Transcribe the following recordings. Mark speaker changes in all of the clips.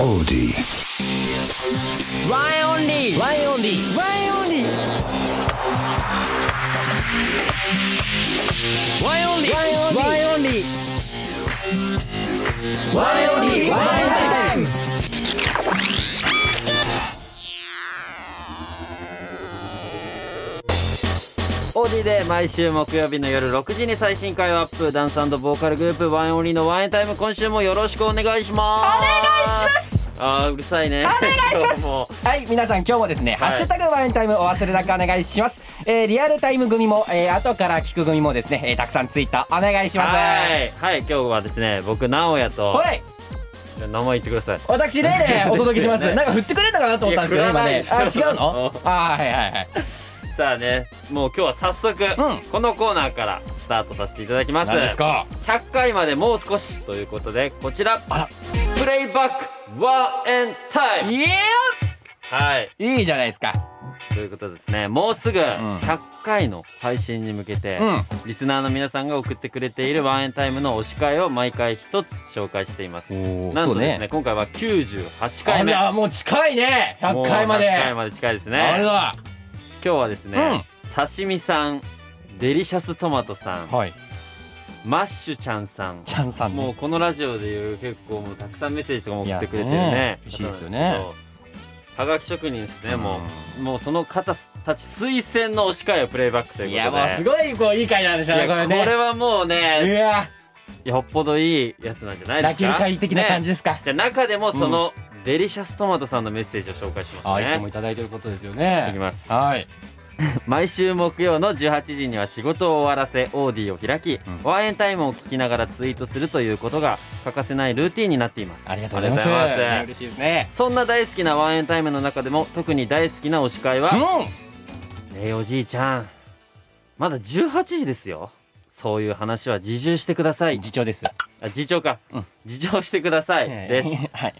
Speaker 1: オーディ
Speaker 2: ワイオンリーワイオンリーワイオンリーワイオンリーワイオンリーワイオンリーワイオンリーワイオンリーオーディで毎週木曜日の夜6時に最新回をアップダンスボーカルグループワンオンリーのワンエンタイム今週もよろしくお願いしますお願
Speaker 3: いします
Speaker 2: あーうるさいねお
Speaker 3: 願いします はい皆さん今日もですね「ハッシュタグワインタイム」お忘れなくお願いします、えーリアルタイム組も、えー後から聞く組もですね、えーたくさんツイッターお願いします
Speaker 2: はい、はい、今日はですね、僕直哉と
Speaker 3: ほい
Speaker 2: 名前言ってください。
Speaker 3: 私レイでお届けします
Speaker 2: です よね
Speaker 3: なんか振ってくれるのかなと思ったんですけど
Speaker 2: いや
Speaker 3: 今ねあ
Speaker 2: 振らないですよ
Speaker 3: 違う のあーはいはいはい
Speaker 2: さあね、もう今日は早速、このコーナーからスタートさせていただきます。
Speaker 3: 何ですか
Speaker 2: 100回までもう少しということでこちら。
Speaker 3: あら
Speaker 2: プレイバックワンエンタイム。
Speaker 3: いや
Speaker 2: はい、
Speaker 3: いいじゃないですか
Speaker 2: ということですね。もうすぐ100回の配信に向けて、
Speaker 3: う
Speaker 2: リスナーの皆さんが送ってくれているワンエンタイムの推し会を毎回一つ紹介しています。
Speaker 3: お
Speaker 2: なんとですね、今回は98
Speaker 3: あ
Speaker 2: 回目。
Speaker 3: らもう近いね100回まで
Speaker 2: もう100回まで近いですね。
Speaker 3: あれだ
Speaker 2: 今日はですね、刺身さんデリシャストマトさん
Speaker 3: はい
Speaker 2: マッシュちゃんさん
Speaker 3: ちゃんさん
Speaker 2: も
Speaker 3: ね
Speaker 2: うこのラジオでいう結構もうたくさんメッセージとかも送ってくれてる
Speaker 3: いや
Speaker 2: ね
Speaker 3: ね嬉しいですよね
Speaker 2: はがき職人ですね、もうもうその方たち推薦の推し会をプレイバックということで
Speaker 3: いやもうす
Speaker 2: い
Speaker 3: ごいこういい回なんでしょう
Speaker 2: や
Speaker 3: ねこ
Speaker 2: こ
Speaker 3: れ
Speaker 2: れ
Speaker 3: ね
Speaker 2: はもう
Speaker 3: い
Speaker 2: ね
Speaker 3: や
Speaker 2: よっぽどいいやつなんじゃないですか
Speaker 3: ラキル会的な感じ
Speaker 2: ね
Speaker 3: ですか
Speaker 2: じゃあ中でもその、デリシャストマトさんのメッセージを紹介しますね
Speaker 3: あいつもいただいてることですよ
Speaker 2: いき
Speaker 3: ね。
Speaker 2: ます
Speaker 3: はい。
Speaker 2: 毎週木曜の18時には仕事を終わらせオーディを開き、
Speaker 3: うん
Speaker 2: ワンエンタイムを聞きながらツイートするということが欠かせないルーティンになっています
Speaker 3: ありがとうございます。
Speaker 2: ありがとうございます
Speaker 3: 嬉しいですね。
Speaker 2: そんな大好きなワンエンタイムの中でも特に大好きな推し会
Speaker 3: うん。
Speaker 2: は「ねえおじいちゃんまだ18時ですよそういう話は自重してください
Speaker 3: 次長です。
Speaker 2: あ自重か、
Speaker 3: うん
Speaker 2: 自重してください」です
Speaker 3: はい。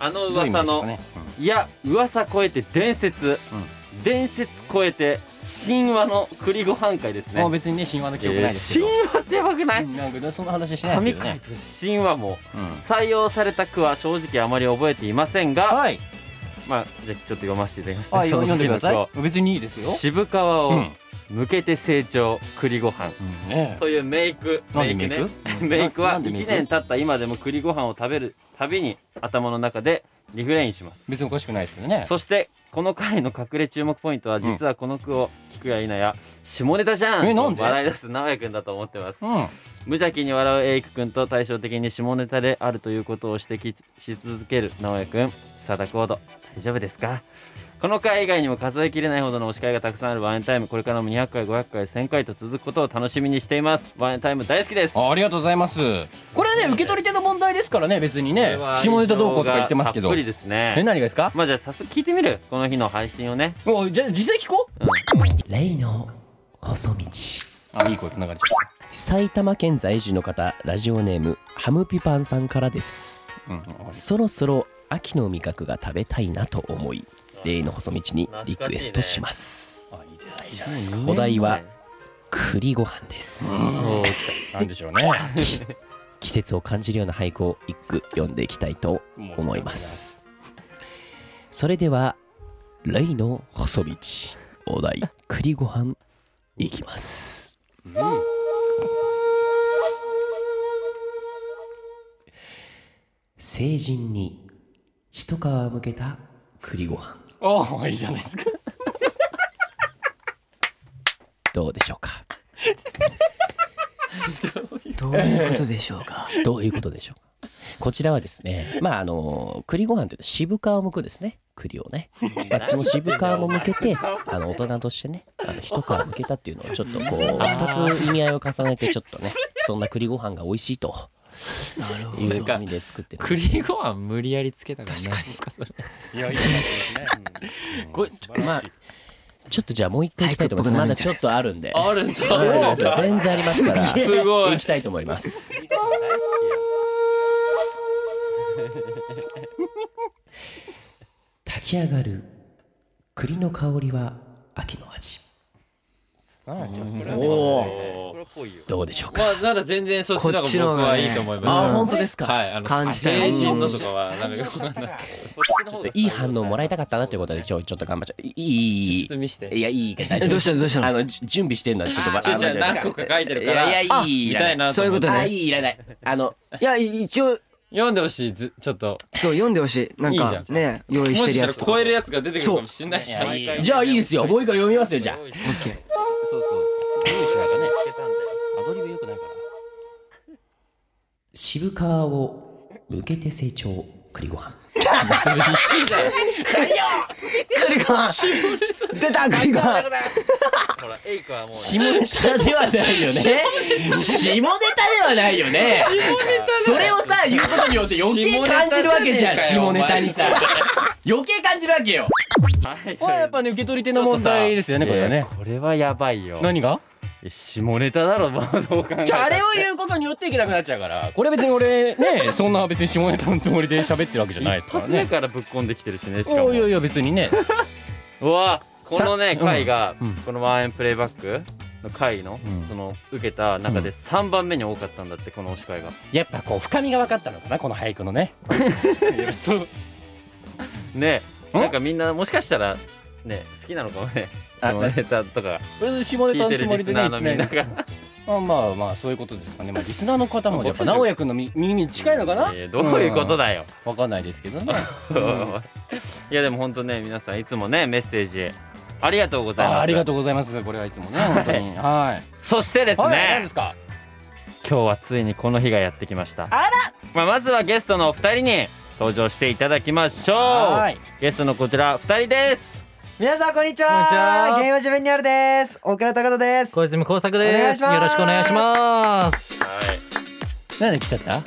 Speaker 2: あの
Speaker 3: どういう意味
Speaker 2: 噂
Speaker 3: でしょう
Speaker 2: の
Speaker 3: かね。
Speaker 2: いや噂超えて伝説、伝説超えて神話の栗ご飯会です
Speaker 3: うんもう
Speaker 2: ね
Speaker 3: 別にね神話の記憶ないですけ
Speaker 2: 神
Speaker 3: ど。
Speaker 2: 話ってやばくない、
Speaker 3: うんなんかねそんな話してないですけ
Speaker 2: 神
Speaker 3: ど
Speaker 2: 回
Speaker 3: ね。
Speaker 2: と神話も
Speaker 3: うん
Speaker 2: 採用された句は正直あまり覚えていませんが、
Speaker 3: はい。
Speaker 2: まあじゃあちょっと読ませていただきます
Speaker 3: あよ
Speaker 2: その
Speaker 3: 読んで
Speaker 2: 時
Speaker 3: くだ
Speaker 2: の句
Speaker 3: さ
Speaker 2: を
Speaker 3: い。別にいいですよ。
Speaker 2: 渋皮を
Speaker 3: うん
Speaker 2: 向けて成長栗ご飯
Speaker 3: うんね。
Speaker 2: というメイク
Speaker 3: なんでメイク
Speaker 2: ね
Speaker 3: うん
Speaker 2: メイク
Speaker 3: な
Speaker 2: は
Speaker 3: なんでメイ
Speaker 2: 1
Speaker 3: ク
Speaker 2: 年経った今でも栗ご飯を食べるたびに頭の中でリフレインします
Speaker 3: 別におかしくないですけどね。
Speaker 2: そしてこの回の隠れ注目ポイントは実はこの句を聞くや否や下ネタじゃん
Speaker 3: えなんで
Speaker 2: と笑い出す直哉くんだと思ってます
Speaker 3: うん。あ
Speaker 2: 無邪気に笑うエイク君と対照的に下ネタであるということを指摘し続ける直哉君サダコード大丈夫ですかこの回以外にも数えきれないほどの推し会がたくさんあるワンエンタイムこれからも200回500回1000回と続くことを楽しみにしていますワンエンタイム大好きです
Speaker 3: ありがとうございます。これね受け取り手の問題ですからね別に
Speaker 2: これ
Speaker 3: ね
Speaker 2: は
Speaker 3: 下ネタどうこうとか言ってます
Speaker 2: た
Speaker 3: け
Speaker 2: っ
Speaker 3: ど。
Speaker 2: ぷりです
Speaker 3: え
Speaker 2: ね
Speaker 3: 何がですか？
Speaker 2: まあじゃあ早速聞いてみるこの日の配信をね
Speaker 3: もうじゃあ実際聞こう。
Speaker 4: レイの細道
Speaker 3: あいい声流れちゃった。
Speaker 4: 埼玉県在住の方ラジオネームハムピパンさんからです
Speaker 3: うんうんわかりました
Speaker 4: そろそろ秋の味覚が食べたいなと思いレイの細道にリクエストします
Speaker 3: あいいじゃないいいじゃないですか。
Speaker 4: お題は栗ご飯です
Speaker 2: そう
Speaker 3: なんでしょうね。
Speaker 4: 季節を感じるような俳句を一句読んでいきたいと思いますそれではレイの細道お題栗ご飯いきます成人に一皮むけた栗ご飯
Speaker 3: おおいいじゃないですか。
Speaker 4: どうでしょうか
Speaker 5: どういうことでしょうか。
Speaker 4: どういうことでしょうかこちらはですねまああの栗ご飯というと渋皮を剥くですね栗をね、 まあ、その渋皮も剥けてあの大人としてねあの一皮剥けたっていうのをちょっとこ う2つ意味合いを重ねてちょっとねそんな栗ご飯が美味しいと
Speaker 5: なるほど。
Speaker 4: いう意味で作ってるんです
Speaker 6: 栗ご飯無理やりつけたからね
Speaker 3: いやいいですね。
Speaker 4: これまあちょっとじゃあもう一回いきたいと思います
Speaker 5: 早く僕
Speaker 4: ま
Speaker 5: 舐め
Speaker 4: だ
Speaker 5: ち
Speaker 4: ちょっとあるんで
Speaker 2: あるん
Speaker 4: まだあ
Speaker 2: だ
Speaker 4: るんで全然ありますから
Speaker 2: すごい
Speaker 4: いきたいと思います炊き上がる栗の香りは秋の味かなちょっと
Speaker 2: これはね
Speaker 5: お
Speaker 2: これはぽいよ
Speaker 4: どうでしょうか
Speaker 2: まあなら全然そっちの
Speaker 5: こっ
Speaker 2: 方
Speaker 5: ち
Speaker 2: が
Speaker 5: の
Speaker 2: 僕
Speaker 5: 方が
Speaker 2: は
Speaker 5: ね
Speaker 2: いいと思います
Speaker 5: あー本当ですか
Speaker 2: はいあの
Speaker 5: 感じたよ
Speaker 2: 最新のとかはなんかよくわかんない
Speaker 4: ちょっといい反応もらいたかったなということで今日ちょっと頑張っちゃういいい
Speaker 2: ちょっと見して
Speaker 4: いいやいいから大丈
Speaker 5: え
Speaker 4: 夫
Speaker 5: どうしたのどうした
Speaker 4: あ
Speaker 5: の
Speaker 4: のじ準備してるのはちょっとま
Speaker 2: しーちゃん
Speaker 4: あまあ
Speaker 2: 何個か書いてるから
Speaker 4: いやいやいい
Speaker 2: 見
Speaker 4: いら
Speaker 2: た
Speaker 4: ない
Speaker 2: いな
Speaker 5: そういうことね
Speaker 4: あいいいらないあの
Speaker 5: いや一応
Speaker 2: 読んでほしいずちょっと
Speaker 5: そう読んでほしいなん
Speaker 2: いいじゃ
Speaker 5: か
Speaker 2: ん
Speaker 5: ね用意し
Speaker 2: も
Speaker 5: て
Speaker 2: しかした
Speaker 5: るや
Speaker 2: ら
Speaker 5: つと
Speaker 2: 超えるやつが出てくるかもしれないじゃん
Speaker 4: いやいいじゃあいいですよもう一回読みますよじゃあ
Speaker 2: そう
Speaker 5: オッケー
Speaker 2: そう
Speaker 4: どうしようかね
Speaker 2: いけたんだ
Speaker 4: ア
Speaker 2: よ
Speaker 4: ドリブよくないから渋皮を向けて成長栗ご飯
Speaker 5: クリコ出たクリコ
Speaker 2: ほらエイクはもうね
Speaker 4: 下ネタではないよね下ネタではないよねそれをさ言うことによって余計感じるわけじゃん下
Speaker 2: 下
Speaker 4: ネ
Speaker 2: ネ
Speaker 4: タ
Speaker 2: タ
Speaker 4: に
Speaker 2: に
Speaker 4: さ余計感じるわけ よ
Speaker 2: はい
Speaker 3: これはやっぱね受け取り手の問題ですよねこれはい
Speaker 2: や
Speaker 3: ね
Speaker 2: これはやばいよ
Speaker 3: 何が
Speaker 2: 下ネタだろまあどう考え
Speaker 3: じ
Speaker 2: た
Speaker 3: ゃああ
Speaker 2: ら
Speaker 3: れを言うことによっていけなくなっちゃうからこれ別に俺ねそんな別に下ネタのつもりで喋ってるわけじゃないです
Speaker 2: 一
Speaker 3: から
Speaker 2: 発目
Speaker 3: ね
Speaker 2: からぶっこんできてるしねし
Speaker 3: い
Speaker 2: かも
Speaker 3: やいやいや別にね
Speaker 2: うわこのね
Speaker 3: さ
Speaker 2: 回が
Speaker 3: うんうん
Speaker 2: このワンエンプレイバックの回の
Speaker 3: うん
Speaker 2: その受けた中で3番目に多かったんだってこの推し会が
Speaker 3: やっぱこう深みが分かったのかなこの俳句 のねいやそう
Speaker 2: ね
Speaker 3: ん
Speaker 2: なんかみんなもしかしたらね好きなのかもね
Speaker 3: あ
Speaker 2: 下ネタとか
Speaker 3: 別に下ネ
Speaker 2: 聞
Speaker 3: タ
Speaker 2: い
Speaker 3: の
Speaker 2: て
Speaker 3: つ
Speaker 2: る
Speaker 3: も
Speaker 2: リ
Speaker 3: りで
Speaker 2: スナ
Speaker 3: ね
Speaker 2: ー
Speaker 3: 言っ
Speaker 2: の
Speaker 3: て
Speaker 2: み
Speaker 3: ない
Speaker 2: ん
Speaker 3: で
Speaker 2: な
Speaker 3: すけ
Speaker 2: が
Speaker 3: どまあまあまあそういうことですかねまあリスナーの 方もやっ
Speaker 2: 僕
Speaker 3: ぱ
Speaker 2: たち
Speaker 3: 直哉君のみ耳に近いのかない
Speaker 2: やどういうことだよ
Speaker 3: わかんないですけどね
Speaker 2: いやでも本当ね皆さんいつもねメッセージありがとうございます
Speaker 3: あありがとうございますこれはいつもね本当にはい
Speaker 2: そしてです
Speaker 3: はい何
Speaker 2: ね
Speaker 3: ですか
Speaker 2: 今日はついにこの日がやってきましたまあ、まずはゲストのお二人に登場していただきましょ
Speaker 3: はいう
Speaker 2: ゲストのこちら二人です
Speaker 1: 皆さんこんにち
Speaker 2: こんにちは
Speaker 1: は。ゲーム自分にあるです。奥田高田です。
Speaker 5: 小泉耕作
Speaker 1: お願いします
Speaker 5: よろしくお願いします
Speaker 2: はい
Speaker 4: なんで来ちゃった
Speaker 5: い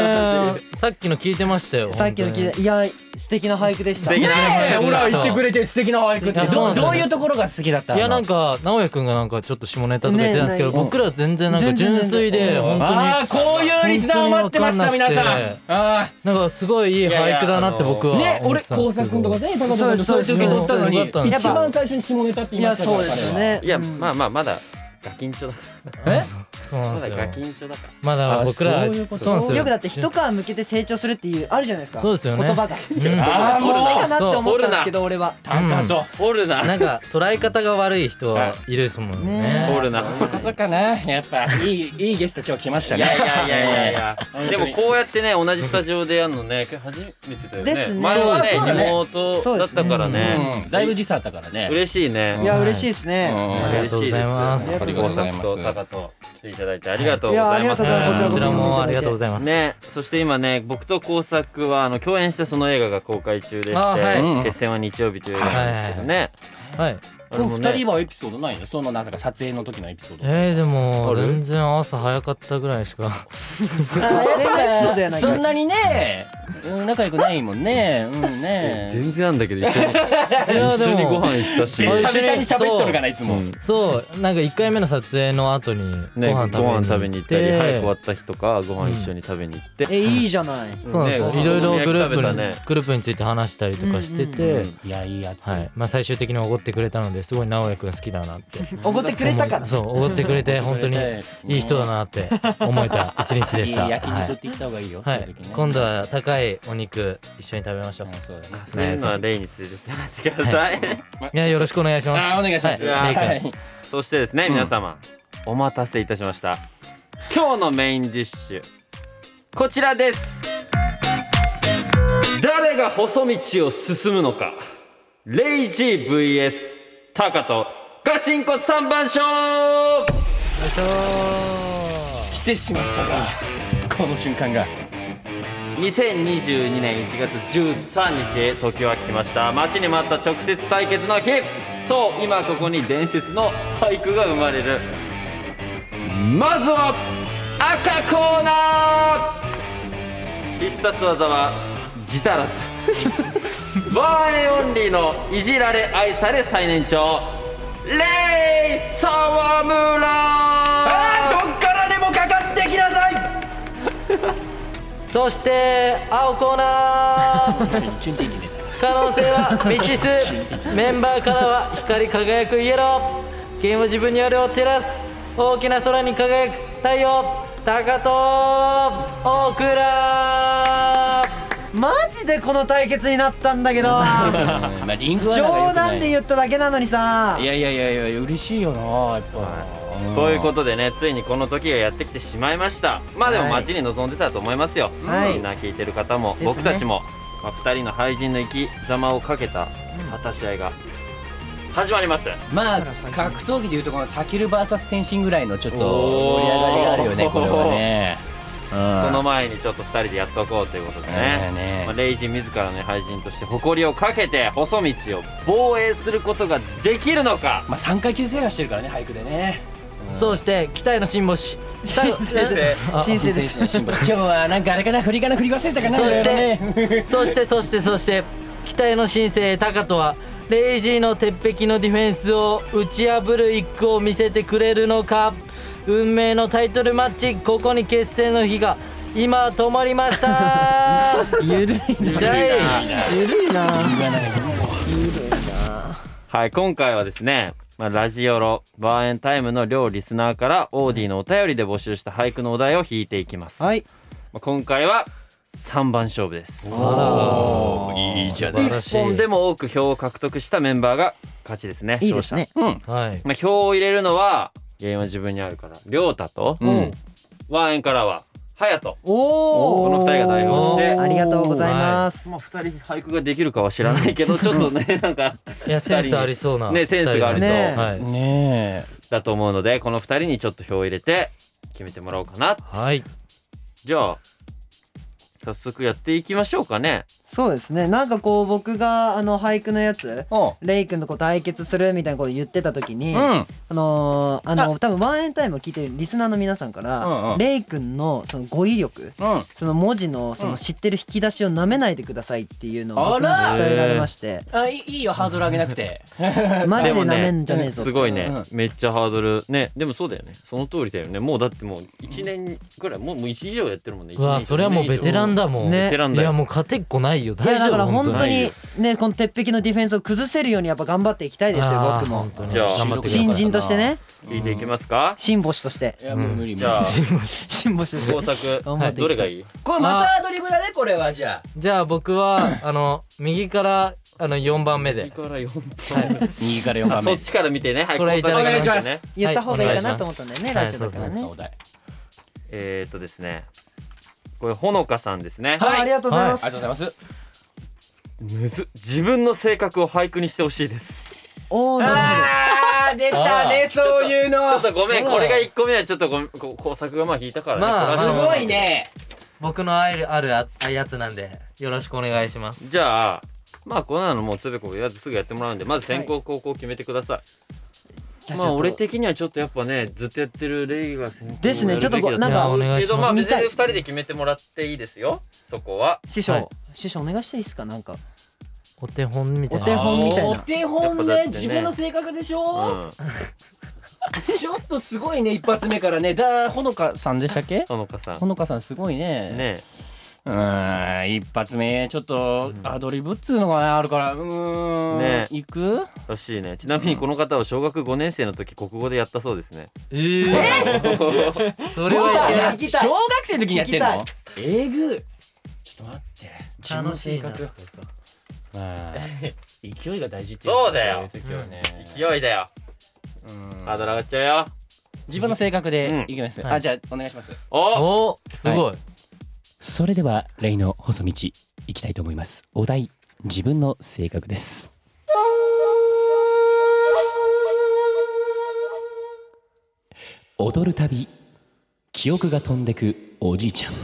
Speaker 5: やーさっきの聞いてましたよ
Speaker 1: さっきの聞い
Speaker 5: た
Speaker 1: たいや素敵な俳句でした。
Speaker 2: 素敵な
Speaker 3: えほら言ってくれて素敵な俳句って
Speaker 5: いやそう
Speaker 3: ど
Speaker 5: な
Speaker 3: うん
Speaker 5: ですよ
Speaker 3: どういうところが好きだったの
Speaker 5: いやなんか直哉くんがなんかちょっと下ネタとか言ってたんですけど
Speaker 1: ねね
Speaker 5: 僕らは全然なんか
Speaker 1: 全然
Speaker 5: 純粋で本当に
Speaker 3: ああこういうリスナーを待ってました
Speaker 5: 本当
Speaker 3: 皆
Speaker 5: に
Speaker 3: さん
Speaker 5: わかんなくて
Speaker 3: あ
Speaker 5: なんかすごいいい俳句だなって僕
Speaker 3: あ
Speaker 5: は
Speaker 3: ね
Speaker 5: 思っ
Speaker 3: 俺
Speaker 5: てたん
Speaker 3: 工
Speaker 5: ですけど
Speaker 3: 作君とかね高田君とかそ
Speaker 1: そうう
Speaker 3: いう
Speaker 1: です
Speaker 3: 時受け取ったのに
Speaker 5: そうですそうです
Speaker 3: 一番最初に下ネタって言
Speaker 1: い
Speaker 3: いま
Speaker 1: や
Speaker 3: したから
Speaker 1: そうですね。
Speaker 2: いや、
Speaker 1: うん
Speaker 2: まあまあまだガキンチョだか
Speaker 3: え
Speaker 5: そう
Speaker 2: ら
Speaker 5: なん
Speaker 2: まだ
Speaker 5: ですよ
Speaker 2: ガキンチョだから
Speaker 5: まだ僕ら
Speaker 4: あそういうこと
Speaker 5: そうなんですよ
Speaker 1: よくだって一皮向けて成長するっていうあるじゃないですか。
Speaker 5: そうですよね
Speaker 1: 言葉が。
Speaker 5: うん
Speaker 3: あーもう
Speaker 1: そっちかなって思ったんですけど俺は。
Speaker 3: 短歌と
Speaker 2: おるな
Speaker 5: なんか捉え方が悪い人はいるですもん
Speaker 1: ね
Speaker 5: ね
Speaker 2: おるな
Speaker 3: そういうことかなやっぱいいいいゲスト今日来ました
Speaker 2: い
Speaker 3: ね
Speaker 2: やいやいやいやいや
Speaker 3: 本
Speaker 2: で
Speaker 3: 当
Speaker 2: も
Speaker 3: に
Speaker 2: こうやってね同じスタジオでやるのね初めてだよね
Speaker 1: ですね
Speaker 2: 前はね
Speaker 3: そうだね
Speaker 2: リモートだったからね
Speaker 3: うんだいぶ時差あったからね
Speaker 2: 嬉しいね
Speaker 1: いや嬉しいです
Speaker 3: うん
Speaker 1: ね。
Speaker 5: ありがとうございます
Speaker 2: 嬉しです
Speaker 3: ありがとうございます
Speaker 2: ご作と高と来ていただいてありがとう
Speaker 1: い
Speaker 2: ご
Speaker 1: や
Speaker 2: ざ
Speaker 1: あ
Speaker 2: い
Speaker 1: り
Speaker 2: ま
Speaker 1: が
Speaker 2: す
Speaker 1: とうございます。こちらこ
Speaker 5: こちら
Speaker 1: そ
Speaker 5: もあ
Speaker 1: 呼ん
Speaker 5: り
Speaker 1: でい
Speaker 5: が
Speaker 1: た
Speaker 5: と
Speaker 1: だいて。
Speaker 5: うございます
Speaker 2: ね、そして今ね僕と工作はあの共演してその映画が公開中でして「
Speaker 5: あはい
Speaker 2: 決戦は日曜日」という映画なんですけどね。
Speaker 5: はい
Speaker 2: あれ
Speaker 3: こ
Speaker 2: も
Speaker 3: れ
Speaker 2: ね
Speaker 3: 二人はエピソードないのそのなんか撮影の時のエピソード
Speaker 5: えー、でも
Speaker 2: ある
Speaker 5: 全然朝早かったぐらいしか
Speaker 1: 全然エピソードやないか
Speaker 3: そんなにねうん仲良くないもんねうんね
Speaker 2: 全然あんだけど一緒に一緒にご飯行ったし
Speaker 5: いやでも
Speaker 3: 食べたに 喋っとるかないつ
Speaker 2: う
Speaker 3: も、
Speaker 2: ん
Speaker 5: そうなんか1回目の撮影の後にご
Speaker 2: ね、ご
Speaker 5: 飯食べに行っ
Speaker 2: 飯
Speaker 5: て,、
Speaker 2: 食べに行ったり早く終わった日とかご飯一緒に食べに行って、
Speaker 1: えいいじゃない。
Speaker 5: そうなんですよ、
Speaker 2: ね
Speaker 5: いろいろ
Speaker 2: お好み焼き
Speaker 5: グル
Speaker 2: 食べた
Speaker 5: ープに、
Speaker 2: ね
Speaker 5: グループについて話したりとかしてて、
Speaker 1: うん
Speaker 2: うん
Speaker 3: いやいいやつ、
Speaker 5: はいまあ、最終的におごってくれたのですごい直哉君好きだなって
Speaker 1: おごってくれたから。
Speaker 5: そうおごってく れて本当にいい人だなって思えた一日で
Speaker 4: いい
Speaker 5: した
Speaker 4: 焼肉
Speaker 5: は
Speaker 4: 行っ
Speaker 5: い
Speaker 4: てきた方がいいよ、
Speaker 5: は
Speaker 4: そういう
Speaker 5: い
Speaker 4: 時ね、
Speaker 5: 今度は高いお肉一緒に食べましょう、
Speaker 4: うんそうだね
Speaker 2: そういうのはレイについて伝えてください、
Speaker 5: いやよろしくお願いします
Speaker 3: あーお願いします、
Speaker 2: はい
Speaker 3: はい
Speaker 2: そしてですね、皆様お待たせいたしました今日のメインディッシュこちらです誰が細道を進むのかレイジー VS タカとガチンコ三番勝
Speaker 3: 来てしまったがこの瞬間が
Speaker 2: 2022年1月13日時は来ました待ちに待った直接対決の日そう今ここに伝説の俳句が生まれるまずは赤コーナー必殺技は自足らず ワンエンオンリーのいじられ愛され最年長レイ・沢村
Speaker 3: どっからでもかかってきなさい
Speaker 5: そして青コーナー可能性は未知数メンバーからは光り輝くイエロー君も自分に夜を照らす大きな空に輝く太陽高遠大倉
Speaker 1: マジでこの対決になったんだけど
Speaker 3: まあリングはなんか良
Speaker 1: 冗
Speaker 3: くない
Speaker 1: 談で言っただけなのにさ
Speaker 3: いやいやいやいや嬉しいよなやっぱ
Speaker 2: ということでねついにこの時がやってきてしまいましたまあでも
Speaker 1: はい
Speaker 2: 待ちに望んでたと思いますよ、
Speaker 1: はい
Speaker 2: みんな聞いてる方も、
Speaker 1: ですね
Speaker 2: 僕たちも、まあ、2人の廃人の生き様をかけた果たし合いが始まります
Speaker 3: まあ格闘技でいうとこのタキル VS 天心ぐらいのちょっと
Speaker 2: おー
Speaker 3: 盛り上がりがあるよ ねこれはね、うん
Speaker 2: その前にちょっと2人でやっとこうということでね,、
Speaker 3: ね
Speaker 2: まあ、レイジ自らの廃人として誇りをかけて細道を防衛することができるのか
Speaker 3: まあ3階級制覇してるからね俳句でね
Speaker 5: そして期待の新星
Speaker 1: 新生です新生です
Speaker 3: 新今日はなんかあれかな振りかな振り忘れたかな
Speaker 5: そ
Speaker 3: いろ
Speaker 5: し
Speaker 3: いろ
Speaker 5: て
Speaker 3: ね
Speaker 5: そしてそしてそして期待の新星タカトはレイジーの鉄壁のディフェンスを打ち破る一句を見せてくれるのか運命のタイトルマッチここに決戦の日が今止まりま した
Speaker 1: ゆるい
Speaker 5: じゃい
Speaker 1: ゆるいな
Speaker 2: はい今回はですね、まあ、ラジオロバーエンタイムの両リスナーからオーディのお便りで募集した俳句のお題を引いていきます、
Speaker 1: はい
Speaker 2: まあ、今回は3番勝負です
Speaker 3: いいじゃ
Speaker 5: 素晴ら
Speaker 2: 一
Speaker 5: しい
Speaker 2: 本でも多く票を獲得したメンバーが勝ちですね
Speaker 1: いいですね
Speaker 5: はい
Speaker 2: まあ、票を入れるのは原因は自分にあるから亮太と、
Speaker 3: うん
Speaker 2: ワンエンからは隼人
Speaker 1: お
Speaker 2: こ
Speaker 1: お
Speaker 2: の二人が代表して
Speaker 1: ありがとうございます
Speaker 2: まあ、2人俳句ができるかは知らないけどちょっと ねなんか
Speaker 5: いやセンスありそうな
Speaker 2: ねセンスがあり
Speaker 1: そ
Speaker 2: そうう、
Speaker 1: ね
Speaker 5: はい
Speaker 3: ね
Speaker 2: だと思うのでこの2人にちょっと票を入れて決めてもらおうかな
Speaker 5: はい
Speaker 2: じゃあ早速やっていきましょうかね
Speaker 1: そうですねなんかこう僕があの俳句のやつ
Speaker 3: えおう
Speaker 1: レイ君とこう対決するみたいなこと言ってた時に、
Speaker 3: うん
Speaker 1: あのーあの多分ワンエンタイムを聞いてるリスナーの皆さんから、
Speaker 3: うんうん
Speaker 1: レイ君のその語彙力
Speaker 3: うん
Speaker 1: その文字のそ
Speaker 3: うん
Speaker 1: の知ってる引き出しを舐めないでくださいっていうのを
Speaker 3: あ
Speaker 1: 僕に
Speaker 3: ら
Speaker 1: 伝えられまして
Speaker 3: あいいいいよハードル上げなくて
Speaker 1: マジで
Speaker 2: でも
Speaker 1: 舐
Speaker 2: ね
Speaker 1: めんじゃねえぞ
Speaker 2: すごいね、
Speaker 3: うんうん
Speaker 2: めっちゃハードルねでもそうだよねその通りだよねもうだってもう1年ぐらいもうもう1以上やってるもんね
Speaker 5: うわそれはもうベテラン
Speaker 2: だ
Speaker 5: だもん
Speaker 1: ね
Speaker 2: ベテラン
Speaker 5: い
Speaker 2: だよ
Speaker 5: やもう勝てっこないよ
Speaker 1: い
Speaker 5: 大
Speaker 1: やだ
Speaker 5: 丈
Speaker 1: から
Speaker 5: 夫
Speaker 1: 本当
Speaker 2: 大丈
Speaker 1: にねこの鉄壁のディフェンスを崩せるようにやっぱ頑張っていきたいですよ僕も
Speaker 5: も
Speaker 2: じゃあ
Speaker 5: 頑張ってください
Speaker 1: 新人としてね
Speaker 2: 聞いていきますか、
Speaker 1: 新星として
Speaker 3: いやもう無理無理
Speaker 2: じゃあ
Speaker 1: 新星として
Speaker 2: 工作
Speaker 1: 頑張っていきたい
Speaker 2: どれがいい
Speaker 3: これまたアドリブだねこれはじゃあ
Speaker 5: じゃあ僕はあの右からあの4番目で
Speaker 2: から
Speaker 3: 右から4番
Speaker 2: そ
Speaker 3: 目
Speaker 2: っちから見てねはい
Speaker 5: これいただきます
Speaker 3: お願いしま
Speaker 2: ね
Speaker 3: す
Speaker 1: 言った方がいいか
Speaker 5: は
Speaker 1: な
Speaker 5: お願します
Speaker 1: と思ったんだよね、
Speaker 5: はい
Speaker 1: ラジオだから
Speaker 5: そう
Speaker 1: ね
Speaker 3: お題
Speaker 2: えー、っとですねこれほのかさんですね、
Speaker 3: はい
Speaker 1: あありがとうございます、
Speaker 3: ありがとうございます
Speaker 2: むず自分の性格を俳句にしてほしいです
Speaker 1: おおなるほど
Speaker 3: あー出たねそういう
Speaker 2: ちょっ
Speaker 3: の
Speaker 2: とごめんこれが1個目はちょっとごめんこ工作がまあ引いたからね、
Speaker 5: まあ
Speaker 2: これは
Speaker 3: すごいね
Speaker 5: 僕のあるあるあやつなんでよろしくお願いします
Speaker 2: じゃあまあこんなのもうつべこべやらずすぐやってもらうんでまず先行後攻決めてください、
Speaker 1: じゃ
Speaker 2: まあ俺
Speaker 1: ちょっ
Speaker 2: 的にはちょっとやっぱねずっとやってるレイが先行
Speaker 1: ですね
Speaker 2: やるべきだ
Speaker 1: ちょっとなん
Speaker 5: か
Speaker 2: 思う
Speaker 5: いやお願い
Speaker 2: け
Speaker 5: しま
Speaker 2: ど
Speaker 5: す
Speaker 2: まあ別
Speaker 1: 見た
Speaker 2: に
Speaker 1: い
Speaker 2: 2人で決めてもらっていいですよそこは
Speaker 1: と師匠、
Speaker 5: はい
Speaker 1: 師匠お願いしていいですかなんか
Speaker 5: お手本みたい
Speaker 1: お手
Speaker 5: な
Speaker 1: 本みたいな
Speaker 3: お手本
Speaker 2: やっぱだっ
Speaker 3: ね
Speaker 2: てね
Speaker 3: 自分の性格でし
Speaker 2: う
Speaker 3: ょ
Speaker 2: ん
Speaker 3: ちょっとすごいね一発目からねだほのかさんでしたっけ
Speaker 2: ほのかさ
Speaker 3: ほ
Speaker 2: ん
Speaker 3: のかさんすごいね
Speaker 2: ね
Speaker 3: うーん一発目ちょっとアドリブっつうのがねあるからうーん
Speaker 2: ね
Speaker 3: いく
Speaker 2: らしいねちなみにこの方は小学5年生の時国語でやったそうですね
Speaker 5: えーそれはいけない
Speaker 1: 聞きた
Speaker 3: 小
Speaker 1: い
Speaker 3: 学生の時にやってんの
Speaker 1: 聞
Speaker 3: えぐちょっと待って自分の
Speaker 5: 楽し
Speaker 3: 性
Speaker 5: いな
Speaker 3: 格うん勢いが大事ってい
Speaker 2: そうだよ
Speaker 3: こういう時はね
Speaker 2: 勢いだよ
Speaker 3: うん
Speaker 2: ハードル上がっちゃうよ
Speaker 3: 自分の性格でいきます、
Speaker 5: うんは
Speaker 3: あ
Speaker 5: い
Speaker 3: じゃあお願いします
Speaker 2: お
Speaker 5: おすごい
Speaker 4: それではレイの細道行きたいと思いますお題自分の性格です踊るたび記憶が飛んでくおじい ちゃん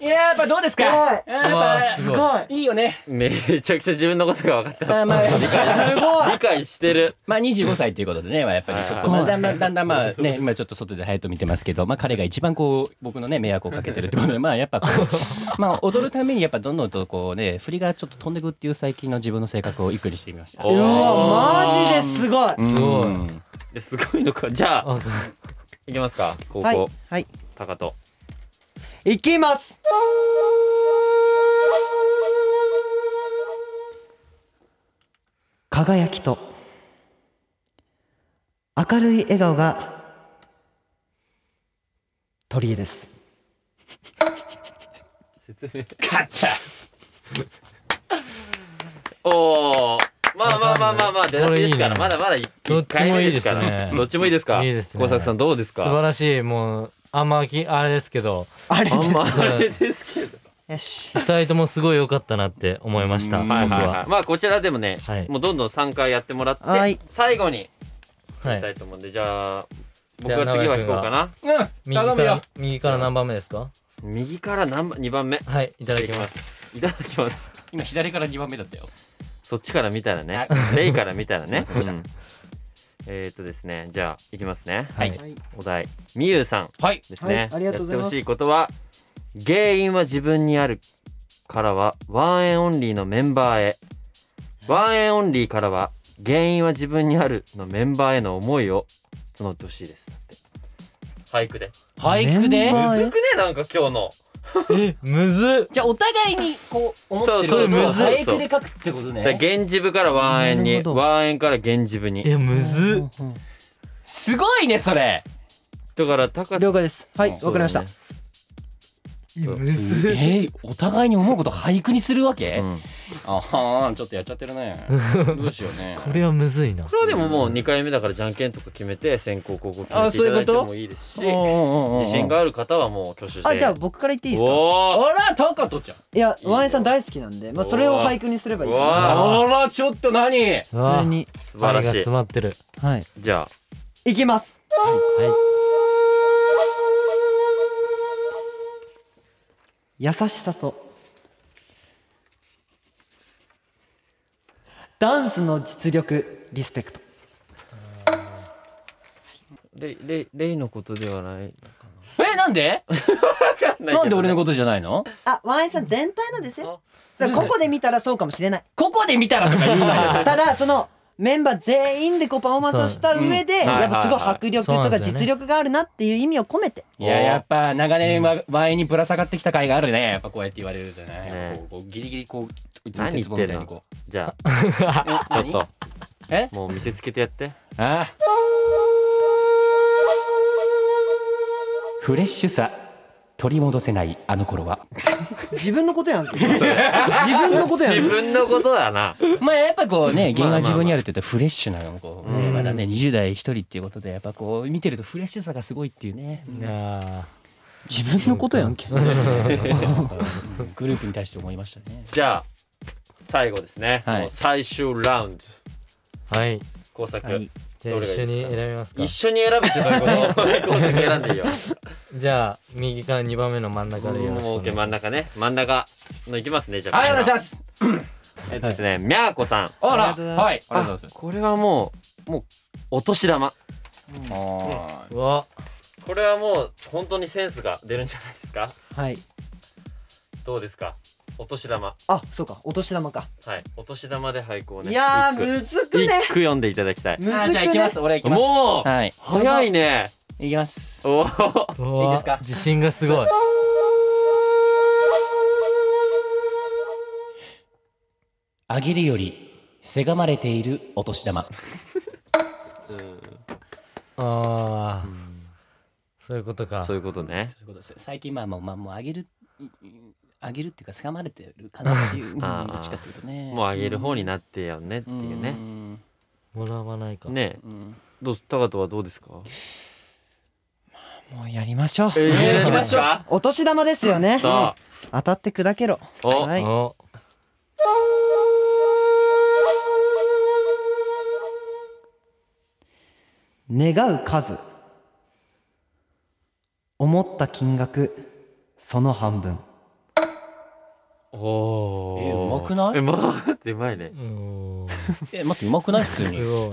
Speaker 3: いややっぱどうですか
Speaker 1: すごい
Speaker 3: やっぱ
Speaker 5: す
Speaker 1: す
Speaker 5: ご
Speaker 1: ご
Speaker 5: い
Speaker 1: い
Speaker 3: いいよね
Speaker 2: めちゃくちゃ自分のことが分かった
Speaker 3: あまあ
Speaker 1: すごい
Speaker 2: 理解してる
Speaker 4: まあ25歳ということでね、まあ、やっぱりちょっと、まあ、だんだんだんだんまあね今ちょっと外で隼人見てますけど、まあ、彼が一番こう僕のね迷惑をかけてるってことでまあやっぱこ うまあ踊るためにやっぱどんどんとこうね振りがちょっと飛んでくっていう最近の自分の性格をゆっくりしてみました。
Speaker 2: お
Speaker 1: う
Speaker 2: おー
Speaker 1: わマジですごい
Speaker 5: すごい
Speaker 4: うん
Speaker 2: ですごいのかじゃあ
Speaker 5: あ
Speaker 2: いきますか高
Speaker 1: はい
Speaker 2: 校
Speaker 1: はい
Speaker 2: 高と
Speaker 1: いきます輝きと明るい笑顔が鳥居です
Speaker 2: 説明
Speaker 3: 勝った
Speaker 2: おおまあまあまあまあまあ出だしですから
Speaker 5: こ
Speaker 2: ま
Speaker 5: れいいね
Speaker 2: だまだ一
Speaker 5: どっちもいいですね
Speaker 2: 一回目からどっちもいいですか
Speaker 5: いいですね
Speaker 2: 工作さんどうです
Speaker 5: 素
Speaker 2: か
Speaker 5: 晴らしいもうあんまきあれですけど
Speaker 1: あれ
Speaker 2: あんま
Speaker 5: そう
Speaker 2: あれですけど
Speaker 1: よし
Speaker 5: 2人ともすごい良かったなって思いました僕
Speaker 2: はいはい
Speaker 5: は
Speaker 2: はいまあこちらでもね
Speaker 5: はい
Speaker 2: もうどんどん3回やってもらっ
Speaker 1: は
Speaker 2: て
Speaker 1: い
Speaker 2: 最後に
Speaker 5: は
Speaker 2: した
Speaker 5: い
Speaker 2: いと思うんでじゃあ僕
Speaker 5: じゃあ
Speaker 2: は次は引こうかな
Speaker 3: うん
Speaker 5: 右か
Speaker 3: 頼むよ
Speaker 5: ら右から何番目ですか
Speaker 2: 右から何番2番目い
Speaker 5: はいいただきます
Speaker 2: すいただきます
Speaker 3: 今左から2番目だったよ
Speaker 2: そっちから見たらねレイから見たら ねうんえっとですねじゃあいきますね
Speaker 5: はい
Speaker 1: はい
Speaker 2: お題みゆうさん
Speaker 3: はい
Speaker 2: ですね、
Speaker 1: はいありがとうござい
Speaker 2: やっ
Speaker 1: ます
Speaker 2: てほしいことは原因は自分にあるからはワンエンオンリーのメンバーへワンエンオンリーからは原因は自分にあるのメンバーへの思いを募ってほしいですだって俳句で
Speaker 3: 俳句で
Speaker 1: メンバ
Speaker 2: む
Speaker 1: ー
Speaker 2: ずくねなんか今日の
Speaker 5: むずっ
Speaker 3: じゃあお互いにこう思ってる
Speaker 2: そうそう
Speaker 5: そうそう
Speaker 3: 俳句で書くってこと
Speaker 2: だから
Speaker 3: ね
Speaker 2: 源氏部からワンエン
Speaker 1: な
Speaker 2: に
Speaker 1: るほど
Speaker 2: ワンエンから源氏部
Speaker 5: い
Speaker 2: に
Speaker 5: やむずっ
Speaker 3: すごいねそれ
Speaker 2: だから高
Speaker 1: 了解ですはいわかりました、
Speaker 5: いやむず
Speaker 3: え
Speaker 5: っ
Speaker 3: ー、お互いに思うこと俳句にするわ
Speaker 2: う
Speaker 3: け、
Speaker 2: ん、
Speaker 3: あはーんちょっとやっちゃってる ねどうしようね
Speaker 5: これはむずいな
Speaker 2: これはでももう2回目だからじゃんけんとか決めて先行後攻決め
Speaker 3: あ
Speaker 2: て
Speaker 3: そう
Speaker 2: い
Speaker 3: いう
Speaker 2: ただいて
Speaker 3: こと
Speaker 2: もいいですし
Speaker 3: おーおーおーおー
Speaker 2: 自信がある方はもう挙手して
Speaker 1: あじゃあ僕から言っていいですか
Speaker 2: おー
Speaker 3: あらタカトちゃん
Speaker 1: いや
Speaker 2: いよ
Speaker 1: ワンエンさん大好きなんでまあそれを俳句にすればいいか
Speaker 2: うわ
Speaker 1: な
Speaker 3: あらちょっと何
Speaker 5: う
Speaker 1: 普
Speaker 5: わ
Speaker 1: 通に
Speaker 2: 素晴
Speaker 5: 愛が
Speaker 2: らしい
Speaker 5: 詰まってる
Speaker 1: はい
Speaker 2: じゃ
Speaker 1: いきます優しさとダンスの実力リスペクト
Speaker 2: あレイレイレイのことではない
Speaker 3: えなんで なんで俺のことじゃないの
Speaker 1: あワンエンさん全体のですよ
Speaker 3: あ
Speaker 1: だからここで見たらそうかもしれない
Speaker 3: ここで見たらとか言うなよ
Speaker 1: ただそのメンバー全員でこうパフォーマンスをした上で、
Speaker 2: そううん
Speaker 1: やっぱ
Speaker 2: はいは
Speaker 1: すごい
Speaker 2: いはい
Speaker 1: 迫力
Speaker 5: そう
Speaker 1: と
Speaker 5: な
Speaker 1: か
Speaker 5: んですよね
Speaker 1: 実力があるなっていう意味を込めて
Speaker 3: いややっぱ長年は前にぶら下がってきた甲斐があるねやっぱこうやって言われるとね
Speaker 2: ね
Speaker 3: こうこうギリギリこういつも
Speaker 2: 何言
Speaker 3: 鉄
Speaker 2: っ
Speaker 3: 棒
Speaker 2: てん
Speaker 3: みたい
Speaker 2: の
Speaker 3: にこ
Speaker 2: じゃ
Speaker 3: う
Speaker 2: あちょっ
Speaker 3: とえ
Speaker 2: ともう見せつけてやって
Speaker 3: ああフレッシュさ取り戻せないあの頃は
Speaker 1: 自分のこと やんけ自分のことや
Speaker 2: 自
Speaker 1: んけ
Speaker 2: 分のことだな
Speaker 3: まあやっぱこうね原因
Speaker 2: まあまあまあ
Speaker 3: は自分にあるって言ったらフレッシュなのこうね
Speaker 2: うん
Speaker 3: まだね20代一人っていうことでやっぱこう見てるとフレッシュさがすごいっていうね
Speaker 5: いや
Speaker 1: 自分のことやんけ
Speaker 3: グループに対して思いましたね
Speaker 2: じゃあ最後ですね、
Speaker 3: はい
Speaker 2: もう最終ラウンド
Speaker 5: ーはい
Speaker 2: 工作、
Speaker 1: はい
Speaker 5: じゃ
Speaker 2: ど
Speaker 5: あ
Speaker 2: れ
Speaker 5: 一
Speaker 2: が
Speaker 5: 緒
Speaker 2: いいですか
Speaker 5: に選びますか
Speaker 2: 一緒に選べてたこ と工作選んでいいよ
Speaker 5: じゃあ右から2番目の真ん中でよろしく
Speaker 2: もう
Speaker 5: お願いし
Speaker 2: OK
Speaker 5: ま
Speaker 2: 真ん中ね真ん中のいきますねじゃあ
Speaker 3: はいお願いしますす
Speaker 2: えっとですね、みゃーこさん
Speaker 3: あら
Speaker 1: ありがとうございます
Speaker 3: はいありがとうございます
Speaker 2: これはもうもうお年玉
Speaker 3: あ
Speaker 5: すうわ
Speaker 2: これはもう本当にセンスが出るんじゃないですか
Speaker 1: はい
Speaker 2: どうですかお年玉
Speaker 1: あそうかお年玉か
Speaker 2: はいお年玉で俳句をね
Speaker 1: いや
Speaker 2: 一句
Speaker 1: ーむずくね
Speaker 2: 一句読んでいただきたい
Speaker 1: むずく
Speaker 3: ー
Speaker 1: ね
Speaker 3: あじゃあ行きます俺行きます
Speaker 2: もう
Speaker 3: はい
Speaker 2: 早いね
Speaker 3: 行きます
Speaker 2: おー
Speaker 5: うわ
Speaker 3: いいですか
Speaker 5: 自信がすごい
Speaker 3: あげるよりせがまれているお年玉
Speaker 5: ああそういうことか
Speaker 2: そういうことね
Speaker 3: そういうことです。最近まあもうまあもう上げるいい上げるっていうか掴まれてるかなっていう、うんど
Speaker 2: あー
Speaker 3: っちかっていうとね。
Speaker 2: もうあげる方になってやんねって
Speaker 3: うん
Speaker 2: いう
Speaker 3: う
Speaker 2: ね
Speaker 3: ん
Speaker 5: もらわないか
Speaker 2: ねえ
Speaker 3: うん
Speaker 2: どうタカトはどうですか
Speaker 1: もうやりましょう
Speaker 2: 行
Speaker 3: きましょう
Speaker 1: お年玉ですよね
Speaker 2: さあ
Speaker 1: 当たって砕けろ
Speaker 2: お
Speaker 1: はい
Speaker 5: お
Speaker 1: 願う数思った金額その半分
Speaker 2: おー
Speaker 3: えうまくない
Speaker 2: えまあってうまいね
Speaker 5: うん
Speaker 3: え待ってうまくない普通
Speaker 5: す
Speaker 3: に
Speaker 5: ごい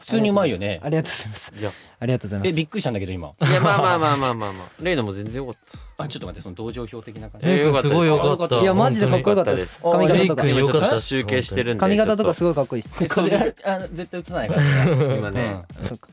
Speaker 3: 普通にうまいよね
Speaker 1: あ。りがとうございます
Speaker 2: いや
Speaker 1: ありがとうございます
Speaker 3: えびっくりしたんだけど今。
Speaker 2: いやまあまあまあまあまあま あレイのも全然よかった
Speaker 3: あちょっと待ってその同情票的な感
Speaker 2: え
Speaker 3: じ。
Speaker 5: レイ君すごいよかった
Speaker 1: いやマジでかっこよかったです
Speaker 3: 本当
Speaker 1: 髪
Speaker 3: に
Speaker 1: 型と
Speaker 5: あ
Speaker 1: か
Speaker 5: レイ君よかったっす
Speaker 2: 集計してるんで
Speaker 1: 髪型とか
Speaker 2: ち
Speaker 1: すごいかっこいいです
Speaker 3: えそれああの絶対映さないからね。
Speaker 2: ょっと今ね
Speaker 1: そうか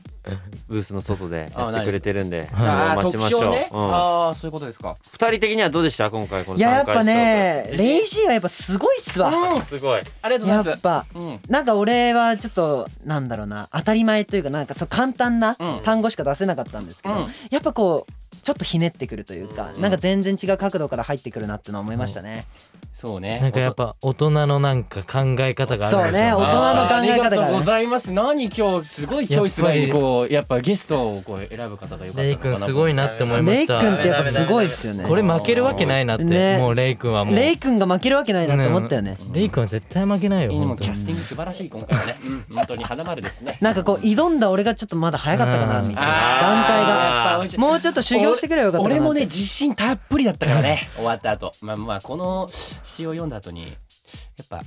Speaker 2: ブースの外でや
Speaker 4: あ
Speaker 2: ってくれてるんで、それを
Speaker 3: あー
Speaker 2: 待ち
Speaker 3: 特
Speaker 2: ましょう。
Speaker 3: 徴ね、
Speaker 2: うん
Speaker 3: ああそういうことですか
Speaker 2: 二人的にはどうでした今回この
Speaker 1: いやや
Speaker 2: 三
Speaker 1: っ
Speaker 2: 回
Speaker 1: ぱね
Speaker 2: 勝負
Speaker 1: レイジーはやっぱすごいっすわ
Speaker 2: すごい。
Speaker 3: ありがとうござい
Speaker 1: や
Speaker 3: ます
Speaker 1: っぱ
Speaker 3: うん
Speaker 1: なんか俺はちょっとなんだろうな当たり前というかなんかそう簡単な
Speaker 3: うん
Speaker 1: 単語しか出せなかったんですけど、
Speaker 3: うん
Speaker 1: やっぱこうちょっとひねってくるというか、
Speaker 2: うん
Speaker 1: なんか全然違う角度から入ってくるなってのは思いましたね、
Speaker 3: そうね
Speaker 5: なんかやっぱ大人のなんか考え方があるん
Speaker 1: そ
Speaker 5: でしょ
Speaker 1: うね大人の考え方が
Speaker 3: ありがとうございます何今日すごいチョイスがいいこうやっぱゲストをこう選ぶ方が良かったのかな
Speaker 5: レイ君すごいなって思いま
Speaker 1: レイ
Speaker 5: した
Speaker 1: 君ってやっぱすごいっすよね
Speaker 5: これ負けるわけないなって、
Speaker 1: ね
Speaker 5: もうレイ君はもう
Speaker 1: レイ君が負けるわけないなって思ったよね、
Speaker 5: レイ君は絶対負けないよ
Speaker 3: いいねもう
Speaker 5: 本当
Speaker 3: キ
Speaker 5: に
Speaker 3: ャスティング素晴らしい今回はねうん本当に花丸ですね
Speaker 1: なんかこう挑んだ俺がちょっとまだ早かったかな
Speaker 5: うん
Speaker 1: みたいな段階が
Speaker 3: あーやっぱ美味しい
Speaker 1: もうちょっと修行してくればよかったか
Speaker 3: 俺
Speaker 1: なって
Speaker 3: もね自信たっぷりだったからね終わった後まあまあこの詩を読んだ後にやっぱ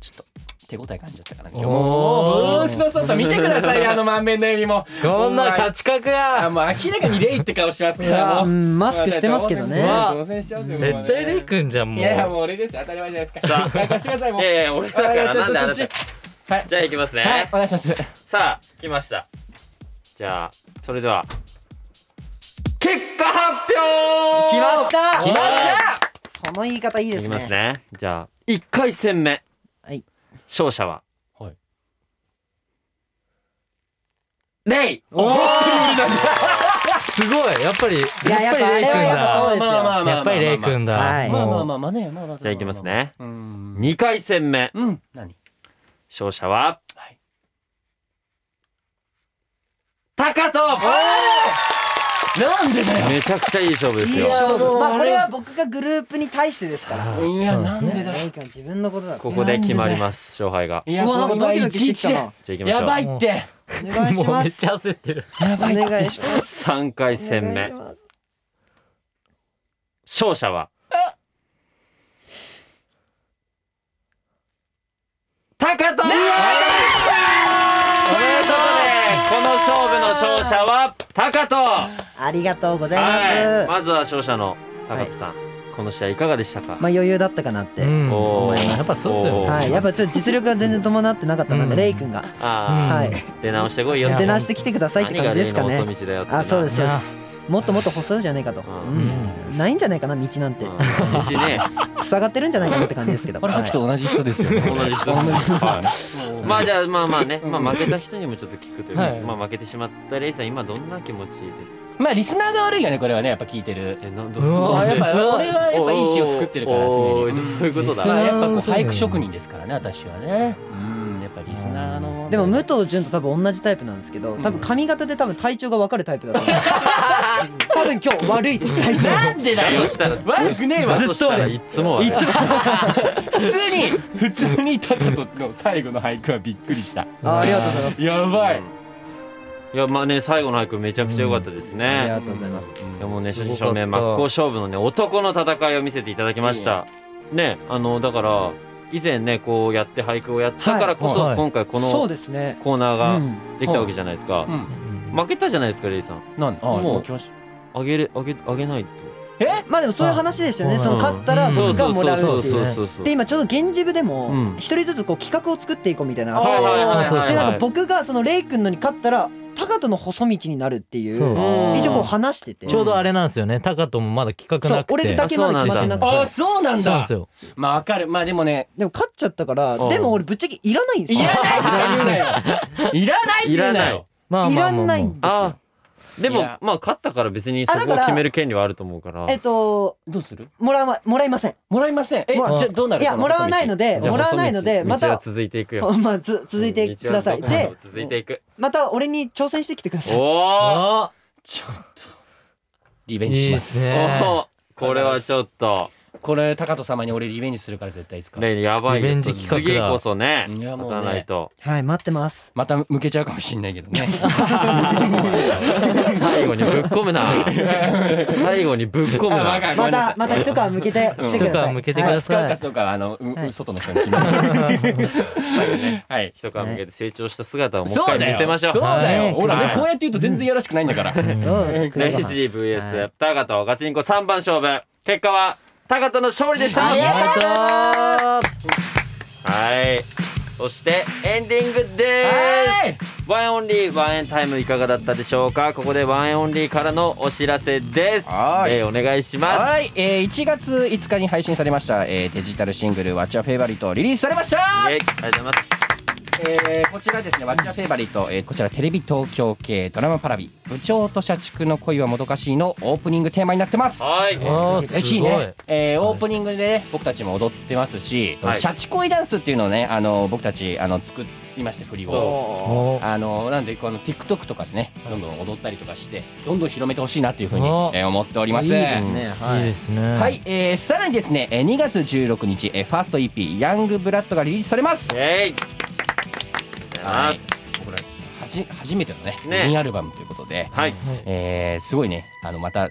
Speaker 3: ちょっと手応え感じちゃったかな今日も
Speaker 5: おー
Speaker 3: うブースの外見てくださいよあの満面の笑みも
Speaker 5: こんな勝ち格
Speaker 3: あ
Speaker 5: や
Speaker 3: もう明らかにレイって顔してますからも
Speaker 1: う
Speaker 3: うん
Speaker 1: マスクしてますけど
Speaker 3: う
Speaker 1: ね
Speaker 3: わ当選してますよもうね
Speaker 5: 絶対レイ君じゃんも
Speaker 3: いうやいやもう俺です当たり前じゃないですかはい貸してくださいもう
Speaker 2: いやいや俺だか
Speaker 3: はい
Speaker 2: ら
Speaker 3: ちょ
Speaker 2: なんであな
Speaker 3: ちょちょ
Speaker 2: た
Speaker 3: はい
Speaker 2: じゃあ行きますね。
Speaker 3: はいお願いします
Speaker 2: さあ来ました。じゃあそれでは結果発表。
Speaker 1: 来ました
Speaker 3: 来ました
Speaker 1: その言い方いいで
Speaker 2: い
Speaker 1: す
Speaker 2: き
Speaker 1: ね
Speaker 2: ますね。じゃあ一回戦目。
Speaker 1: はい。
Speaker 2: 勝者は。
Speaker 3: はい。
Speaker 2: レイ。
Speaker 1: おー
Speaker 5: すごいやっぱり
Speaker 1: いやや
Speaker 5: や
Speaker 1: っ
Speaker 5: っ
Speaker 1: ぱあ
Speaker 5: ぱりレイ
Speaker 1: れは
Speaker 5: 君
Speaker 1: やっぱそう
Speaker 5: だ
Speaker 1: ですよ
Speaker 3: まあまあまあまあ
Speaker 5: やっぱりレイ君だ
Speaker 1: はい
Speaker 3: まあま
Speaker 5: も
Speaker 3: あ
Speaker 5: う
Speaker 3: まあまあねまあまあ
Speaker 2: じゃあ行きますね。
Speaker 3: うん
Speaker 2: 二回戦目。
Speaker 3: うん何
Speaker 2: 勝者は。
Speaker 3: はい
Speaker 2: タカト。
Speaker 3: なんでだよ
Speaker 2: めちゃくちゃいい勝負で
Speaker 1: い
Speaker 2: す
Speaker 1: い
Speaker 2: よ。
Speaker 1: 勝
Speaker 3: いやも
Speaker 1: 負
Speaker 3: う
Speaker 1: まあこれ
Speaker 3: あ
Speaker 1: は
Speaker 3: れ
Speaker 1: 僕がグループに対してですから
Speaker 3: いやなんでだ
Speaker 1: レ
Speaker 3: よ
Speaker 1: イ君自分のことだ
Speaker 2: ここで決まります勝敗が。
Speaker 3: いうや
Speaker 1: わなんかドキドキしてき
Speaker 3: ち
Speaker 1: たな
Speaker 2: じゃあ行きましょう。
Speaker 3: やばいって
Speaker 1: お願いし
Speaker 5: もう
Speaker 1: ま
Speaker 5: めっ
Speaker 1: す
Speaker 5: ちゃ焦ってる
Speaker 3: や
Speaker 1: お
Speaker 3: ばいって
Speaker 1: 願いします
Speaker 2: 3回戦目
Speaker 1: お願いします
Speaker 2: 勝者はタカトということでこの勝負の勝者はタカト
Speaker 1: ありがとうござい
Speaker 2: はい
Speaker 1: ます
Speaker 2: まずは勝者のタカトさん、この試合いかがでしたか、
Speaker 1: まあ余裕だったかなって
Speaker 5: うん
Speaker 2: おー
Speaker 5: やっぱそうっすよね
Speaker 2: おー
Speaker 1: はいやっぱちょっと実力が全然伴ってなかったの
Speaker 5: う
Speaker 1: で
Speaker 5: ん
Speaker 1: レイ君が
Speaker 2: あ
Speaker 1: は
Speaker 2: ー、
Speaker 1: い
Speaker 2: 出直してこいよ
Speaker 5: や
Speaker 1: 出直してきてくださいって感じですか
Speaker 2: 何が例の
Speaker 1: ね
Speaker 2: 細道だよってな
Speaker 1: あそうですそうで
Speaker 5: な
Speaker 1: すもっともっと細いじゃないかと
Speaker 2: うん
Speaker 1: うんないんじゃないかな道なんて
Speaker 2: うん道ね
Speaker 1: 塞がってるんじゃないかなって感じですけど
Speaker 3: これさっきと同じ人ですよね
Speaker 2: 同じ人はいまあじゃあまあまあね、まあ、負けた人にもちょっと聞くというか、
Speaker 5: はい
Speaker 2: まあ負けてしまったレイさん今どんな気持ちですか
Speaker 3: まあリスナーが悪いよねこれはねやっぱ聞いてる
Speaker 2: えなど
Speaker 5: うわ
Speaker 3: あやっぱ
Speaker 5: うわ
Speaker 3: 俺はやっぱいい詩を作ってるから常
Speaker 2: おーお
Speaker 3: に
Speaker 2: ーどういうこと
Speaker 5: うん
Speaker 3: まあ
Speaker 2: だ
Speaker 3: やっぱこう俳句職人ですからね私はねうんやっぱリスナーの
Speaker 1: でも武藤潤と多分同じタイプなんですけど多分髪型で多分体調が分かるタイプだと思う多分今日悪いです体調
Speaker 3: なんでだよ
Speaker 2: そしたら
Speaker 3: 悪くねえわ
Speaker 2: ずっとしたらいつも悪い
Speaker 3: 普通に普通にタカトの最後の俳句はびっくりした
Speaker 1: あありがとうございます
Speaker 3: やばい
Speaker 2: いやまあね最後の俳句めちゃくちゃ良かったです
Speaker 1: ありが
Speaker 2: ね、
Speaker 1: とうございます
Speaker 2: いやもうね
Speaker 5: すご
Speaker 2: 正
Speaker 5: かった
Speaker 2: 正面真っ向勝負のね男の戦いを見せていただきましたねあのだから以前ねこうやって俳句をやったからこそ、
Speaker 5: はいはい
Speaker 2: 今回こ
Speaker 1: そう
Speaker 2: の
Speaker 1: ですね
Speaker 2: コーナー
Speaker 1: う
Speaker 2: が
Speaker 1: ん
Speaker 2: できたわけじゃないですか、
Speaker 3: うん
Speaker 2: 負けたじゃないですかレイさん
Speaker 3: なんあ
Speaker 2: もう
Speaker 3: もう来ました
Speaker 2: あげれあげあげないと
Speaker 1: まあでもそういう話でしたよね
Speaker 5: うん
Speaker 1: その勝ったら
Speaker 5: うん
Speaker 1: 僕がもら
Speaker 2: そうう
Speaker 1: って
Speaker 2: そ
Speaker 1: いう
Speaker 2: そう
Speaker 1: う
Speaker 2: そうそうそう
Speaker 1: で今ちょうど現ジ部でも
Speaker 2: うん
Speaker 1: 一人ずつこう企画を作っていこうみたいなのがあっ
Speaker 2: はいはいはい
Speaker 5: そうそ
Speaker 1: て
Speaker 5: うそう
Speaker 1: でなんか
Speaker 2: はい
Speaker 1: 僕がそのレイ君のに勝ったら高人の細道になるっていう
Speaker 5: そう
Speaker 2: うん
Speaker 1: 一応こう話してて
Speaker 5: ちょうどあれなんですよねタカトもまだ企画
Speaker 1: そ
Speaker 5: な
Speaker 1: う
Speaker 5: くて
Speaker 1: 俺だけまだ決まってなく
Speaker 3: あ
Speaker 1: て
Speaker 3: そうなん
Speaker 5: そうな
Speaker 3: だ
Speaker 5: んですよ
Speaker 3: まあわかるまあでもね
Speaker 1: でも勝っちゃったから
Speaker 2: うん
Speaker 1: でも俺ぶっちゃけいらないんです
Speaker 3: い
Speaker 1: よ
Speaker 3: らないとか言うなよいらないって言うなよ
Speaker 5: まあ
Speaker 1: い
Speaker 5: ま
Speaker 1: ら
Speaker 5: あまあまあ
Speaker 1: ないんですよ
Speaker 2: あでも
Speaker 3: いや
Speaker 2: まあ勝ったから別にそ
Speaker 1: あだ
Speaker 2: こ
Speaker 1: か
Speaker 2: を
Speaker 1: ら
Speaker 2: 決める権利はあると思うから
Speaker 1: えっと
Speaker 3: どうする
Speaker 1: もらわもらいません
Speaker 3: もらいませんえ
Speaker 1: もら
Speaker 3: じゃあどうなる
Speaker 1: いやもらわないの
Speaker 3: で
Speaker 1: で
Speaker 2: じゃあ
Speaker 1: もらわないので
Speaker 2: 道
Speaker 1: ま
Speaker 2: は
Speaker 1: た
Speaker 2: 続いていくよ
Speaker 1: ほん まず続いてください
Speaker 2: 道はど
Speaker 1: で
Speaker 2: んどん続いていく
Speaker 1: また俺に挑戦してきて ください
Speaker 2: おー
Speaker 5: あ
Speaker 3: ちょっとリベンジします
Speaker 5: いいっすね
Speaker 2: おーこれはちょっと
Speaker 3: これ高人様に俺リベンジするから絶対いつか
Speaker 2: ねやばい
Speaker 5: リベン
Speaker 2: です
Speaker 5: ジ
Speaker 2: 次
Speaker 5: 企画だ
Speaker 2: こそね
Speaker 3: いやも
Speaker 2: 勝
Speaker 3: うね
Speaker 2: たないと
Speaker 1: はい待ってます
Speaker 3: また向けちゃうかもしんないけど ね
Speaker 2: 最後にぶっ込 むな最後にぶっ込む
Speaker 3: あ
Speaker 2: な
Speaker 3: わかるごめん
Speaker 1: ま
Speaker 3: なさ
Speaker 1: た
Speaker 3: い
Speaker 1: また一皮向けて来てくだ
Speaker 5: 一
Speaker 1: さ
Speaker 5: 皮
Speaker 1: い
Speaker 5: 向けてください
Speaker 3: 使うかそうかはあのう
Speaker 1: は
Speaker 3: う
Speaker 1: い
Speaker 3: 外の人に 決めるはい
Speaker 2: 一皮向けて成長した姿をもう一
Speaker 3: そう
Speaker 2: 回
Speaker 3: だ
Speaker 2: 見
Speaker 3: よ
Speaker 2: せましょう
Speaker 3: そうだよ
Speaker 1: ね
Speaker 3: ほら
Speaker 2: は
Speaker 3: ね
Speaker 2: い
Speaker 3: こうやって言うと全然やらしくないんだから
Speaker 1: そう黒
Speaker 2: レ
Speaker 1: ご
Speaker 2: イ
Speaker 1: 飯
Speaker 2: ジー VS 高田ガチンコ3番勝負結果は高田の勝利でした
Speaker 5: あ
Speaker 2: は
Speaker 5: りがとう
Speaker 2: いそしてエンディングで
Speaker 3: はい
Speaker 2: ワンエンオンリーワンエンタイムいかがだったでしょうかここでワンエンオンリーからのお知らせです
Speaker 3: はーい
Speaker 2: えーお願いします
Speaker 3: はい、えー、1月5日に配信されました、えーデジタルシングル「What's Your Favorite」リリースされました
Speaker 2: イエイありがとうございます
Speaker 3: えーこちらですね、ワッチャーフェイバリット、えーこちらテレビ東京系ドラマパラビ、部長と社畜の恋はもどかしいのオープニングテーマになってます。
Speaker 2: はい
Speaker 5: あー
Speaker 3: ぜひね、えーオープニングで、ね、僕たちも踊ってますし、
Speaker 2: はい
Speaker 3: シャチ恋ダンスっていうのをね、あの僕たちあの作りまして振りを。
Speaker 5: お
Speaker 3: あのなんでこの TikTok とかでね、どんどん踊ったりとかして、どんどん広めてほしいなというふうに、
Speaker 5: お
Speaker 3: えー思っております。
Speaker 1: ね
Speaker 5: いい
Speaker 1: は
Speaker 5: で
Speaker 1: い
Speaker 5: すね
Speaker 3: はい、えーさらにですね、えー2月16日、えーファースト EP ヤングブラッドがリリースされます。
Speaker 2: イエイあ
Speaker 3: は
Speaker 2: り
Speaker 3: い、僕らはじ初めてのね
Speaker 2: ね
Speaker 3: ミニアルバムということ
Speaker 2: が
Speaker 3: で、
Speaker 2: とうございますはい
Speaker 3: えーすごいねあのまた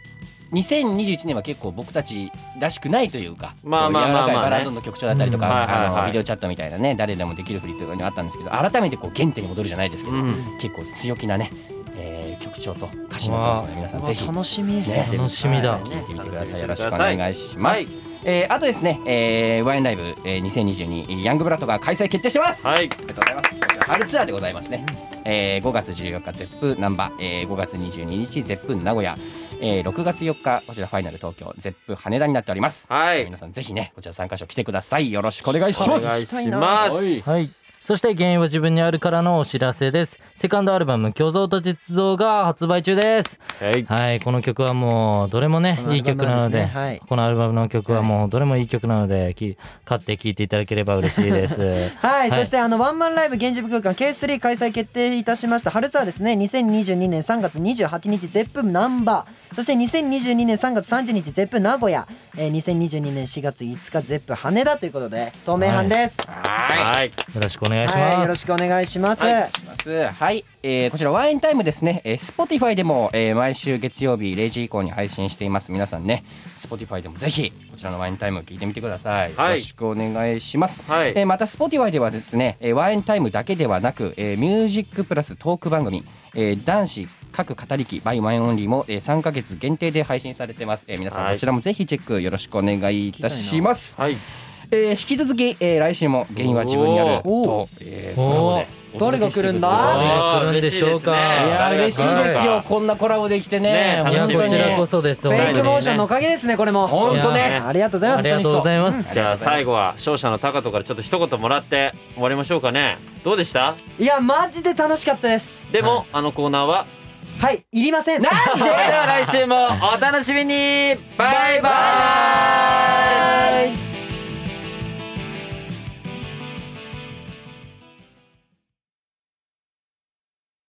Speaker 3: 2021年は結構僕たちらしくないというか、
Speaker 2: まあまあ
Speaker 3: 柔
Speaker 2: まあまあ
Speaker 3: ら
Speaker 2: ね
Speaker 3: かいバラードの曲調だったりとか、
Speaker 2: うんはいはいはい
Speaker 3: あのビデオチャットみたいなね誰でもできる振りというのがあったんですけど改めてこう原点に戻るじゃないですけど、
Speaker 2: うん
Speaker 3: 結構強気なね、えー曲調と歌詞になってますので皆さんぜひ
Speaker 1: 楽しみ
Speaker 3: ね
Speaker 5: 楽しみだ
Speaker 3: 聞いてみてください。よろしくお願いしま
Speaker 2: はい
Speaker 3: す。えーあとですね、えー、ワインライブ、えー、2022ヤングブラッドが開催決定してます。
Speaker 2: はい
Speaker 3: ありがとうございます。こちら春ツアーでございますね。えー、5月14日ゼップナンバー、えー、5月22日ゼップ名古屋、えー、6月4日こちらファイナル東京ゼップ羽田になっております。
Speaker 2: はい
Speaker 3: 皆さんぜひねこちら参加者来てください。よろしくお願いし
Speaker 2: お
Speaker 3: ます。
Speaker 2: 願いします
Speaker 5: はい。そして原因は自分にあるからのお知らせです。セカンドアルバム虚像と実像が発売中です。
Speaker 2: はい
Speaker 5: はい、この曲はもうどれもね
Speaker 1: この
Speaker 5: いい曲なので、
Speaker 1: アルバムですねはい
Speaker 5: このアルバムの曲はもうどれもいい曲なので、き買って聴いていただければ嬉しいです。
Speaker 1: はい、
Speaker 5: はい
Speaker 1: そしてあのワンマンライブ現実空間 K3 開催決定いたしました春ツアーですね2022年3月28日ゼップナンバーそして2022年3月30日ゼップ名古屋、えー、2022年4月5日ゼップ羽田ということで透明版です、は
Speaker 2: はい
Speaker 5: よろしくお願
Speaker 1: い
Speaker 5: いします。
Speaker 1: よろしくお願いします、
Speaker 3: はい、えーこちらワインタイムですね、えー、Spotify でも、えー毎週月曜日0時以降に配信しています皆さんね Spotify でもぜひこちらのワインタイムを聞いてみてください、
Speaker 2: はい
Speaker 3: よろしくお願いします、
Speaker 2: はい
Speaker 3: えーまた Spotify ではですね、えーワインタイムだけではなく、えーミュージックプラストーク番組、えー男子各語り機バイワインオンリーも、えー、3ヶ月限定で配信されてます、えー皆さ
Speaker 2: は
Speaker 3: ん
Speaker 2: い
Speaker 3: こちらもぜひチェックよろしくお願いいたします、
Speaker 2: はい
Speaker 3: えー引き続き、えー来週も原因は自分にあると、えーコラボで
Speaker 1: 誰が来るんだ
Speaker 5: あー来るんでしょうか
Speaker 3: いやー
Speaker 5: 誰が
Speaker 3: 嬉しいですよこんなコラボできてね
Speaker 2: ね
Speaker 5: いや
Speaker 2: 楽しみ
Speaker 5: こちらこそです。
Speaker 1: フェイクモーションのお
Speaker 5: 本
Speaker 1: かげですねこれも
Speaker 3: 本当
Speaker 5: い
Speaker 3: ね
Speaker 2: や
Speaker 1: ありがとうござい
Speaker 5: 当に
Speaker 1: ます
Speaker 5: ありがとうございます。
Speaker 2: じゃあ最後は勝者の高人からちょっと一言もらって終わりましょうかねどうでした
Speaker 1: いやマジで楽しかったです
Speaker 2: でも、あのコーナーは
Speaker 1: はいいりませ ん
Speaker 2: それでは来週もお楽しみにバイバイ